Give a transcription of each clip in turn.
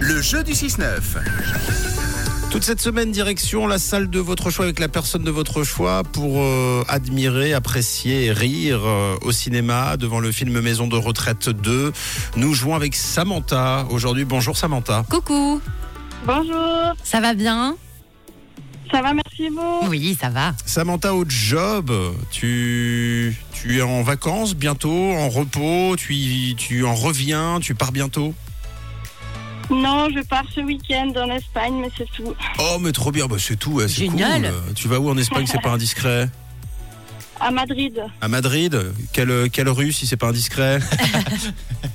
Le jeu du 6-9. Toute cette semaine, direction la salle de votre choix avec la personne de votre choix pour euh, admirer, apprécier et rire euh, au cinéma devant le film Maison de retraite 2. Nous jouons avec Samantha aujourd'hui. Bonjour Samantha. Coucou, Bonjour, ça va bien ça va, merci et vous. Oui, ça va. Samantha au job, tu, tu es en vacances bientôt, en repos, tu, y- tu en reviens, tu pars bientôt Non, je pars ce week-end en Espagne, mais c'est tout. Oh mais trop bien, Bah, c'est tout, ouais, c'est Génial. cool. Tu vas où en Espagne, c'est pas indiscret À Madrid. À Madrid Quelle, quelle rue si c'est pas indiscret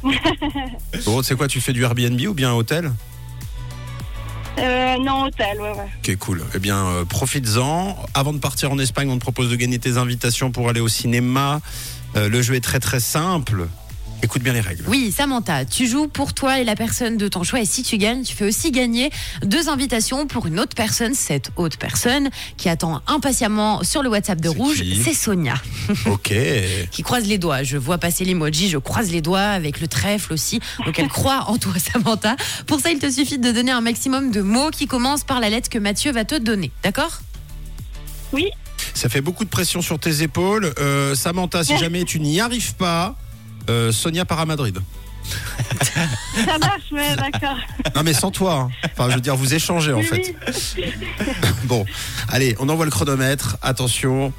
Bon, tu sais quoi, tu fais du Airbnb ou bien un hôtel Euh, non, hôtel, ouais, ouais. Ok, cool. Eh bien, euh, profites-en. Avant de partir en Espagne, on te propose de gagner tes invitations pour aller au cinéma. Euh, le jeu est très très simple. Écoute bien les règles. Oui, Samantha, tu joues pour toi et la personne de ton choix. Et si tu gagnes, tu fais aussi gagner deux invitations pour une autre personne, cette autre personne qui attend impatiemment sur le WhatsApp de C'est Rouge. qui C'est Sonia Ok. qui croise les doigts. Je vois passer l'emoji, je croise les doigts avec le trèfle aussi. Donc elle croit en toi, Samantha. Pour ça, il te suffit de donner un maximum de mots qui commencent par la lettre que Mathieu va te donner. D'accord Oui, Ça fait beaucoup de pression sur tes épaules. Euh, Samantha, si jamais tu n'y arrives pas, euh, Sonia part à Madrid. ça marche, ouais, d'accord. Non mais sans toi. hein. Enfin, je veux dire, vous échangez en Oui, fait. oui. Bon, allez, on envoie le chronomètre. Attention,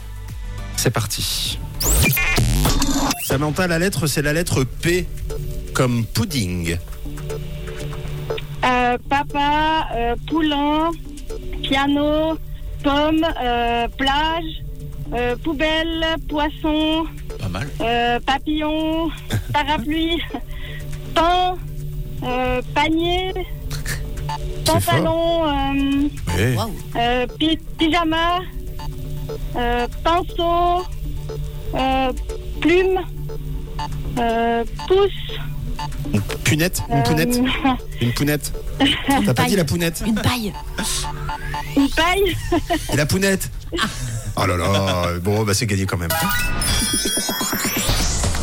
c'est parti. Samantha, la lettre, c'est la lettre P, comme pudding. Euh, papa, euh, poulain, piano, pomme, euh, plage, euh, poubelle, poisson, Pas mal. euh, papillon, parapluie, pain, euh, panier, C'est fort. pantalon, euh, Eh, Waouh Euh, pi- pyjama, euh, pinceau, euh, plume, euh, pouce. Punette, une pounette, euh, une pounette. T'as pas paille. dit la pounette Une paille une paille. Et la pounette Oh là là, bon, bah c'est gagné quand même.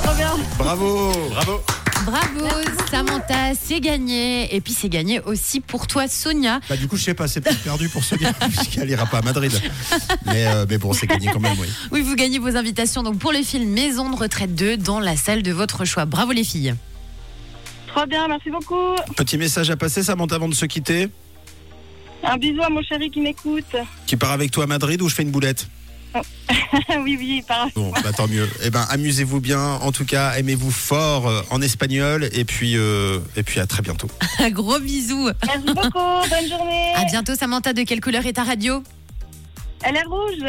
Trop bien. Bravo Bravo Bravo Samantha, c'est gagné. Et puis c'est gagné aussi pour toi Sonia. Bah du coup, je sais pas, c'est peut-être perdu pour Sonia, puisqu'elle ira pas à Madrid. Mais, euh, mais bon, c'est gagné quand même, oui. Oui, vous gagnez vos invitations donc pour le film Maison de retraite 2 dans la salle de votre choix. Bravo les filles. Trop bien, merci beaucoup. Petit message à passer, Samantha, avant de se quitter. Un bisou à mon chéri qui m'écoute. Qui part avec toi à Madrid ou je fais une boulette oui, oui, par Bon, bah tant mieux. Eh ben, amusez-vous bien. En tout cas, aimez-vous fort euh, en espagnol. Et puis, euh, et puis à très bientôt. Un gros bisou. Merci beaucoup, bonne journée. À bientôt Samantha, de quelle couleur est ta radio Elle est rouge.